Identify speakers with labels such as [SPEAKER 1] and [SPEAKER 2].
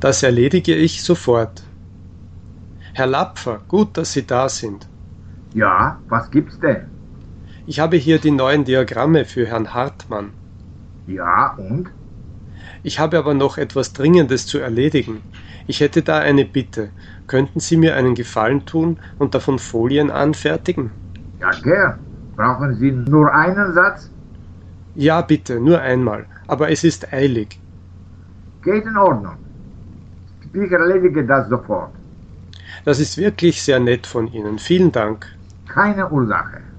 [SPEAKER 1] Das erledige ich sofort. Herr Lapfer, gut, dass Sie da sind.
[SPEAKER 2] Ja, was gibt's denn?
[SPEAKER 1] Ich habe hier die neuen Diagramme für Herrn Hartmann.
[SPEAKER 2] Ja, und?
[SPEAKER 1] Ich habe aber noch etwas Dringendes zu erledigen. Ich hätte da eine Bitte. Könnten Sie mir einen Gefallen tun und davon Folien anfertigen?
[SPEAKER 2] Ja, gern. Brauchen Sie nur einen Satz?
[SPEAKER 1] Ja, bitte, nur einmal. Aber es ist eilig.
[SPEAKER 2] Geht in Ordnung. Ich erledige das sofort.
[SPEAKER 1] Das ist wirklich sehr nett von Ihnen. Vielen Dank.
[SPEAKER 2] Keine Ursache.